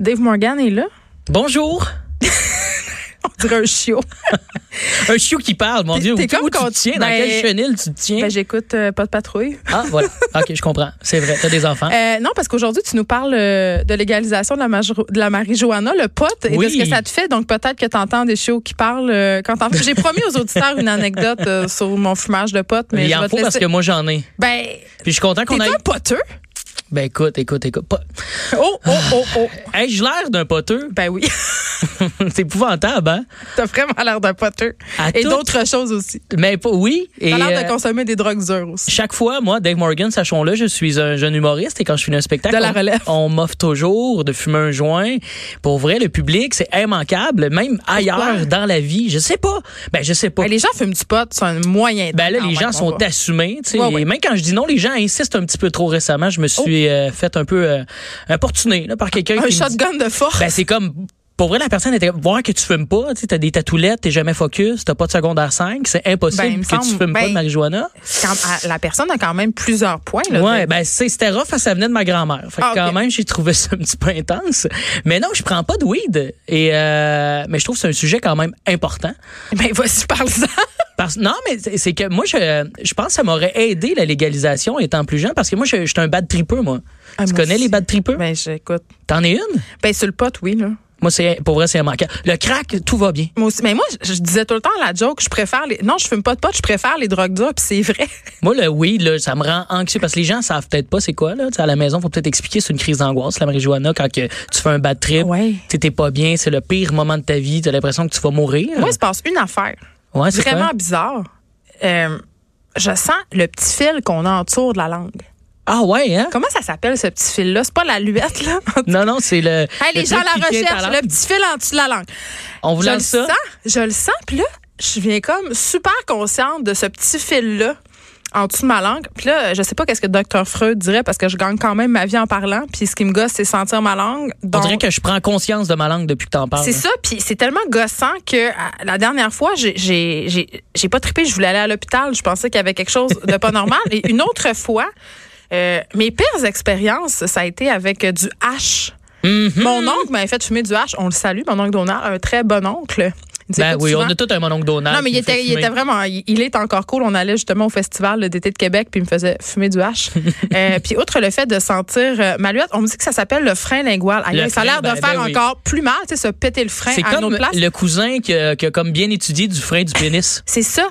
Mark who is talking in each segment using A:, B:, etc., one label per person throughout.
A: Dave Morgan est là.
B: Bonjour.
A: On dirait un chiot.
B: Un chiot qui parle, mon
A: T'es-
B: Dieu.
A: t'es
B: Où-
A: comme
B: où tu
A: quand-
B: te tiens? Dans
A: Ben-
B: quelle chenille tu te tiens?
A: Ben, J'écoute euh, pas de patrouille.
B: Ah, voilà. OK, je comprends. C'est vrai, t'as des enfants.
A: Euh, non, parce qu'aujourd'hui, tu nous parles euh, de l'égalisation de la, major- de la marijuana, le pote, et
B: Oui.
A: de ce que ça te fait. Donc, peut-être que tu entends des chiots qui parlent euh, quand t'en fais. J'ai promis aux auditeurs une anecdote euh, sur mon fumage de pote, mais
B: Il
A: ben, je
B: en
A: vais te
B: faut parce
A: laisser.
B: que moi, j'en ai.
A: Ben,
B: Puis je suis content qu'on
A: t'es
B: aille.
A: un poteux?
B: Ben écoute, écoute, écoute. Pas...
A: Oh, oh, oh, oh.
B: Ai-je l'air d'un poteux?
A: Ben oui,
B: C'est épouvantable, hein?
A: t'as vraiment l'air d'un poteux.
B: À
A: Et
B: tout-
A: d'autres choses aussi.
B: Mais pas, oui. Et,
A: T'as l'air
B: euh,
A: de consommer des drogues dures aussi.
B: Chaque fois, moi, Dave Morgan, sachons-le, je suis un jeune humoriste et quand je finis un spectacle,
A: De la
B: on-
A: relève.
B: on m'offre toujours de fumer un joint. Pour vrai, le public, c'est immanquable, même ailleurs dans la vie. Je sais pas. Ben, je sais pas.
A: Ben, les gens fument du pot, c'est un moyen. de-
B: Ben là,
A: Ah,
B: les
A: ouais,
B: gens sont
A: on va.
B: assumés. tu sais.
A: Ouais, ouais.
B: Et Même quand je dis non, les gens insistent un petit peu trop récemment. Je me suis euh, fait un peu euh, importuné là, par quelqu'un
A: Un
B: qui me dit-
A: shotgun de force.
B: Ben, c'est comme... Pour vrai, la personne était voir que tu fumes pas, tu sais, t'as des tatoulettes, t'es jamais focus, t'as pas de secondaire 5, c'est
A: Ben, il
B: impossible
A: me
B: que tu
A: semble-
B: fumes pas
A: ben,
B: de marijuana.
A: quand- à- la personne a quand même plusieurs points. Là,
B: Ouais, ben c'est- c'était rough, parce que ça venait de ma grand-mère. Fait que
A: Ah, ok.
B: quand même, j'ai trouvé ça un petit peu intense. Mais non, je prends pas de weed. Et euh, mais je trouve que c'est un sujet quand même important.
A: Ben, vas-y, parle-en.
B: Parce, non, mais c'est- c'est que moi, je, je pense que ça m'aurait aidé la légalisation étant plus jeune, parce que moi, je, je suis un bad tripeux, moi.
A: Ah,
B: tu
A: moi
B: connais
A: aussi.
B: les bad tripeux?
A: Ben, j'écoute.
B: T'en es une?
A: Ben, sur le pot, oui, là.
B: Moi, c'est pour vrai, c'est un manquant. Le crack, tout va bien.
A: Moi aussi. Mais moi, je, je disais tout le temps à la joke, je préfère les. Non, je fume pas de pot, je préfère les drogues dures, puis c'est vrai.
B: Moi, le weed, là, ça me rend anxieux parce que les gens savent peut-être pas c'est quoi. Là. Tu sais, À la maison, faut peut-être expliquer, c'est une crise d'angoisse, la marijuana, quand que tu fais un bad trip.
A: Ouais.
B: Tu sais, T'es pas bien, c'est le pire moment de ta vie, t'as l'impression que tu vas mourir.
A: Moi, il se passe une affaire
B: Ouais, c'est
A: vraiment
B: quoi?
A: bizarre. Euh, je sens le petit fil qu'on entoure de la langue.
B: Ah ouais, hein?
A: Comment ça s'appelle, ce petit fil-là? C'est pas la luette, là?
B: Non, non, c'est le.
A: Hey, les
B: le
A: gens
B: truc
A: la
B: qui tient ta
A: recherchent,
B: langue.
A: le petit fil en dessous de la langue.
B: On vous
A: je le
B: lance ça.
A: sens, je le sens, puis là, je viens comme super consciente de ce petit fil-là en dessous de ma langue. Puis là, je sais pas qu'est-ce que Dr Freud dirait parce que je gagne quand même ma vie en parlant. Puis ce qui me gosse, c'est sentir ma langue.
B: On
A: Donc,
B: dirait hein. que je prends conscience de ma langue depuis que t'en parles.
A: c'est ça, puis c'est tellement gossant que à- la dernière fois, j'ai- j'ai j'ai- j'ai pas trippé, je voulais aller à l'hôpital, je pensais qu'il y avait quelque chose de pas normal. Et une autre fois, euh, mes pires expériences, ça a été avec euh, du H.
B: Mm-hmm. Hmm.
A: Mon oncle m'avait fait fumer du H, on le salue, mon oncle Donald, un très bon oncle. Il nous
B: Ben
A: écoute
B: oui, on
A: souvent.
B: a tout un mononcle Donald.
A: Non, mais il
B: qui Ah, me fait
A: était, il
B: fumer.
A: était vraiment. Il, il est encore cool. On allait justement au festival là, d'été de Québec, puis il me faisait fumer du hache. Euh, puis, outre le fait de sentir euh, ma luette, on me dit que ça s'appelle le frein lingual. Aïe,
B: Le
A: ça a l'air de
B: frein, ben,
A: faire
B: ben oui.
A: encore plus mal, tu sais, se péter le frein
B: C'est
A: à une
B: comme
A: autre place.
B: le cousin qui a, qui a comme bien étudié du frein du pénis.
A: C'est ça.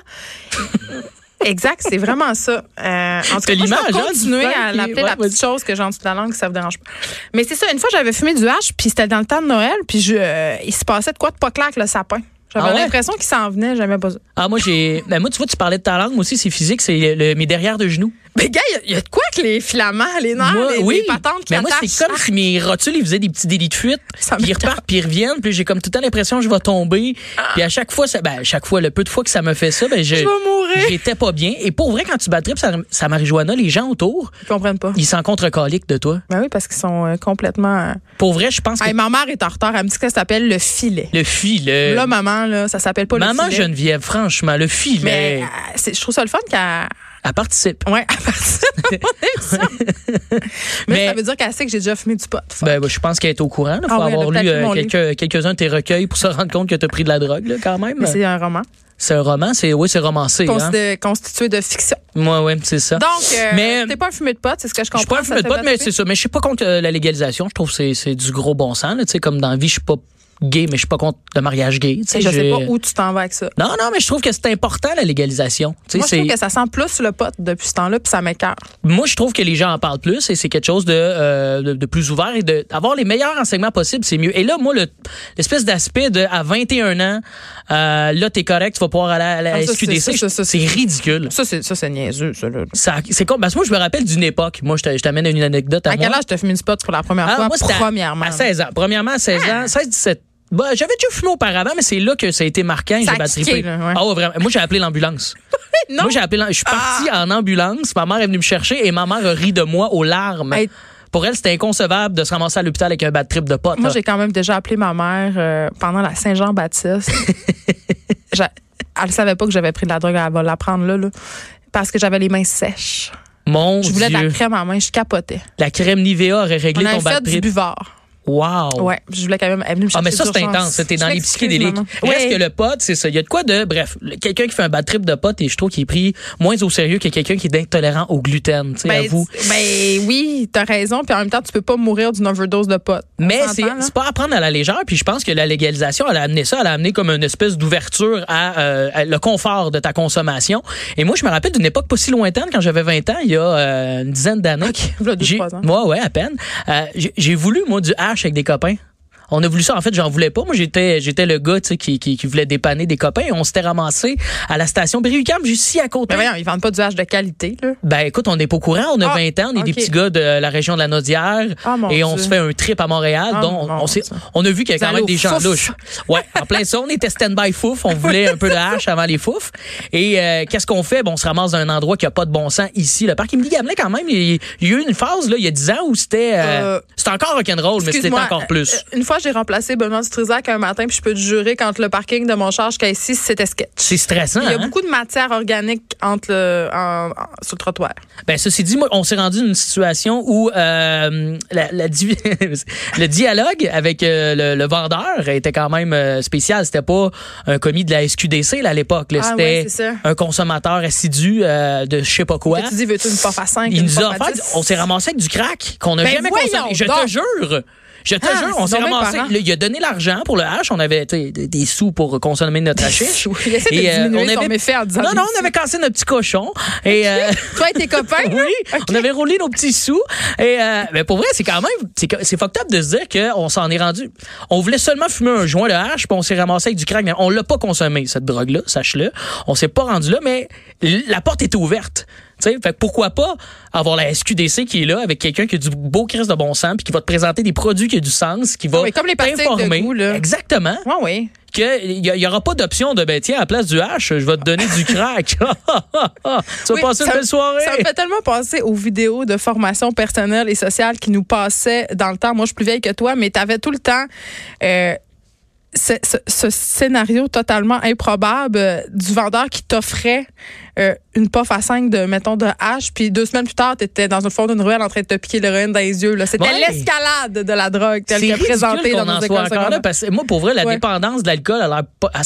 A: exact, c'est vraiment ça. Euh, en tout cas, moi,
B: T'as
A: je vais
B: l'image, hein, du
A: continuer
B: frein
A: à
B: qui-
A: l'appeler
B: ouais,
A: la petite chose que j'ai en dessous de la langue, ça ne dérange pas. Mais c'est ça, une fois, j'avais fumé du hache, puis c'était dans le temps de Noël, puis je, euh, il se passait de quoi de pas clair avec le sapin. J'avais
B: Ah ouais?
A: l'impression qu'il s'en venait, j'aimais pas ça.
B: Ah, moi, j'ai. Ben, moi, tu vois, tu parlais de ta langue, moi aussi, c'est physique, c'est le- mes derrière de genoux.
A: Mais gars, il y, a de quoi que les filaments, les nerfs,
B: Moi,
A: les,
B: oui.
A: les patentes qui
B: Mais moi,
A: attachent. Ah,
B: c'est comme si mes rotules, ils faisaient des petits délits de fuite,
A: Ça
B: puis ils
A: m'écoeure.
B: repartent, puis ils reviennent, puis j'ai comme tout le temps l'impression que je vais tomber. Puis à chaque fois, ça, ben, à chaque fois, le peu de fois que ça me fait ça, ben, je.
A: Ah. Je vais mourir.
B: J'étais pas bien. Et pour vrai, quand tu bats trip, ça, ça marijuana, les gens autour,
A: Ils comprennent pas.
B: ils s'en contre-coliquent de toi.
A: Ben oui, parce qu'ils sont euh, complètement. euh,
B: Pour vrai, je pense que
A: Hey, ma mère est en retard. Elle me dit que ça s'appelle le filet.
B: le filet.
A: Là, maman, là, ça s'appelle pas
B: Euh, Maman
A: le filet.
B: Geneviève, franchement, le
A: Mais
B: filet,
A: euh, c'est- je trouve ça le fun qu'elle.
B: elle participe.
A: Ouais, à partir de mon émission. Mais,
B: Mais-
A: ça veut dire qu'elle sait que j'ai déjà fumé du pot. Ah, Fuck.
B: Ben, ben, je pense qu'elle est au courant. Il faut
A: Ah oui, elle a
B: avoir lu
A: peut-être lu
B: euh,
A: mon livre.
B: quelques- quelques-uns de tes recueils pour se rendre compte que tu as pris de la drogue, là, quand même.
A: Mais c'est un roman
B: C'est un roman, c'est oui, c'est romancé. Hein?
A: considé- constitué de fiction.
B: Ouais, ouais, c'est ça.
A: Donc, euh,
B: Mais-
A: t'es pas un fumé de pot, c'est ce que je
B: Je suis
A: comprends.
B: pas un
A: ça
B: fumeur
A: te
B: de potes,
A: fait
B: mais
A: pas
B: c'est ça. Mais je suis pas contre euh, la légalisation. Je trouve que c'est- c'est du gros bon sens. là. Tu sais, comme dans la vie, je suis pas gay, mais je suis pas contre le mariage gay. Tu sais,
A: triper. Je sais
B: j'ai-
A: pas où tu t'en vas avec ça.
B: Non, non, mais je trouve que c'est important la légalisation. Tu sais,
A: Moi, je trouve
B: c'est-
A: que ça sent plus le pot depuis ce temps-là, puis ça m'écœure.
B: Moi, je trouve que les gens en parlent plus et c'est quelque chose de, euh, de, de plus ouvert et de- d'avoir les meilleurs enseignements possibles, c'est mieux. Et là, moi, le- l'espèce d'aspect de à 21 ans, euh, là, t'es correct, tu vas pouvoir aller à la
A: Ah, ça,
B: SQDC,
A: c'est- ça, ça,
B: c'est ridicule.
A: Ça, c'est, ça, c'est niaiseux, ça, là.
B: Ça- C'est con, parce que moi, je me rappelle d'une époque. Moi, je te- je t'amène une anecdote à,
A: À quel
B: moi.
A: âge t'as fumé du pot pour la première
B: Ah,
A: fois?
B: moi, c'était à-
A: premièrement. Ah.
B: À 16 ans. Premièrement, à 16 ans, 16, 17. Bah, j'avais déjà fumé auparavant, mais c'est là que ça a été marquant. et
A: Ça
B: j'ai
A: a
B: battu
A: kické, là, ouais.
B: Ah ouais, vraiment. Moi, j'ai appelé l'ambulance.
A: non. Ah.
B: Moi, j'ai appelé l'am- Je suis partie en ambulance. Ma mère est venue me chercher et ma mère a ri de moi aux larmes.
A: Hey.
B: Pour elle, c'était inconcevable de se ramasser à l'hôpital avec un bad trip de pote.
A: Moi, j'ai quand même déjà appelé ma mère euh, pendant la Saint-Jean-Baptiste. J'a- Elle savait pas que j'avais pris de la drogue, elle va l'apprendre là, là. Parce que j'avais les mains sèches.
B: Mon
A: Je voulais de
B: Dieu.
A: la crème à main, je capotais.
B: La crème Nivea aurait réglé
A: On
B: ton
A: avait fait
B: bad
A: du
B: trip.
A: buvard.
B: Wow!
A: Ouais, je voulais quand même. Elle est venue me
B: Ah, mais
A: chercher
B: ça, c'est
A: d'urgence.
B: intense. C'était dans
A: Je
B: les
A: m'excuse,
B: psychédéliques.
A: maman.
B: Où
A: Ouais.
B: Est-ce que le pote, c'est ça? Il y a de quoi de, bref, le- quelqu'un qui fait un bad trip de pote et je trouve qu'il est pris moins au sérieux que quelqu'un qui est intolérant au gluten, tu sais,
A: Ben,
B: avoue.
A: c'est- ben oui, t'as raison. Puis en même temps, tu peux pas mourir d'une overdose de potes. On
B: Mais
A: s'entend,
B: c'est
A: là?
B: c'est pas à prendre à la légère, puis je pense que la légalisation, elle a amené ça, elle a amené comme une espèce d'ouverture à, euh, à le confort de ta consommation. Et moi, je me rappelle d'une époque pas si lointaine, quand j'avais 20 ans, il y a euh, une dizaine d'années.
A: v'là deux,
B: J'ai-
A: trois ans.
B: Ouais, ouais, à peine. Euh, j'ai- J'ai voulu, moi, du hash avec des copains. On a voulu ça. En fait, j'en voulais pas. Moi, j'étais, j'étais le gars, tu sais, qui, qui, qui voulait dépanner des copains. On s'était ramassé à la station Berry-UQAM, juste ici à côté.
A: Mais voyons, ils vendent pas du hache de qualité, là. Euh,
B: Ben écoute, on n'est pas au courant, on a
A: Ah,
B: 20 ans, on est des
A: ok.
B: petits gars de la région de la Naudière
A: Ah, mon
B: et on
A: Dieu.
B: se fait un trip à Montréal.
A: Ah,
B: donc on,
A: mon
B: on s'est-
A: Dieu.
B: on a vu qu'il y a
A: Vous
B: quand
A: allez
B: même
A: au
B: des gens
A: fouf.
B: louches. Ouais, en plein ça, on était stand-by fouf, on voulait un peu de hache avant les fouf. Et euh, qu'est-ce qu'on fait? Bon, on se ramasse dans un endroit qui a pas de bon sens ici, le parc Émilie Gamelin quand même, il, il y a eu une phase là, il y a 10 ans où c'était euh,
A: Euh,
B: c'était encore rock'n'roll, mais c'était
A: Excuse-moi,
B: encore
A: euh,
B: plus.
A: euh, Une fois, j'ai remplacé Benoît Dutrisac un matin, puis je peux te jurer qu'entre le parking de mon char jusqu'à ici, c'était sketch.
B: C'est stressant.
A: Il y a
B: hein?
A: beaucoup de matière organique entre le, en- en- sur le trottoir.
B: Ben ceci dit, moi, on s'est rendu dans une situation où euh, la, la div- le dialogue avec euh, le, le vendeur était quand même euh, spécial. C'était pas un commis de la SQDC là, à l'époque. là.
A: Ah ouais,
B: C'était
A: c'est ça.
B: un consommateur assidu euh, de je sais pas quoi.
A: Tu dis, veux-tu une pop à 5?
B: Il
A: une
B: nous
A: pop
B: a
A: à
B: offert,
A: 10?
B: on s'est ramassé avec du crack qu'on n'a
A: Ben
B: jamais
A: voyons
B: consommé. Je te
A: donc.
B: jure. Je te
A: Ah,
B: jure, on
A: c'est
B: s'est
A: donc bien
B: ramassé.
A: parent.
B: Il a donné l'argent pour le H. On avait tu sais, des, des sous pour consommer notre hachiche.
A: sous. Il essaie de diminuer son méfait en disant
B: Non,
A: des
B: non, on
A: sous.
B: avait cassé notre petit cochon. Et, euh,
A: Toi et tes copains? là?
B: oui, on avait roulé nos petits sous. Et euh, ben, pour vrai, c'est quand même, c'est que- c'est fucked up de se dire qu'on s'en est rendu. On voulait seulement fumer un joint de hache, puis on s'est ramassé avec du crack. Mais on l'a pas consommé cette drogue-là, sache-le. On s'est pas rendu là, mais l- la porte était ouverte. Tu sais, fait que pourquoi pas avoir la SQDC qui est là avec quelqu'un qui a du beau crise de bon sens puis qui va te présenter des produits qui ont du sens, qui va
A: Ah oui, comme les pastilles de
B: t'informer.
A: goût, là.
B: Exactement
A: Ouais, oui.
B: qu'il n'y aura pas d'option de ben tiens à la place du H, je vais te donner du crack. tu vas
A: Oui,
B: passer une
A: ça me-
B: belle soirée.
A: Ça me fait tellement penser aux vidéos de formation personnelle et sociale qui nous passaient dans le temps. Moi, je suis plus vieille que toi, mais tu avais tout le temps euh, ce, ce- ce scénario totalement improbable euh, du vendeur qui t'offrait euh, une puff à 5 de, mettons, de hache, puis deux semaines plus tard, tu étais dans le fond d'une ruelle en train de te piquer l'héroïne dans les yeux. là. C'était
B: Ouais.
A: l'escalade de la drogue
B: C'est
A: telle que
B: ridicule
A: présentée
B: qu'on
A: dans
B: en
A: nos
B: soit
A: écoles
B: encore là
A: secondaires.
B: parce que moi pour vrai la
A: Ouais.
B: dépendance de l'alcool elle a l'air pas- ça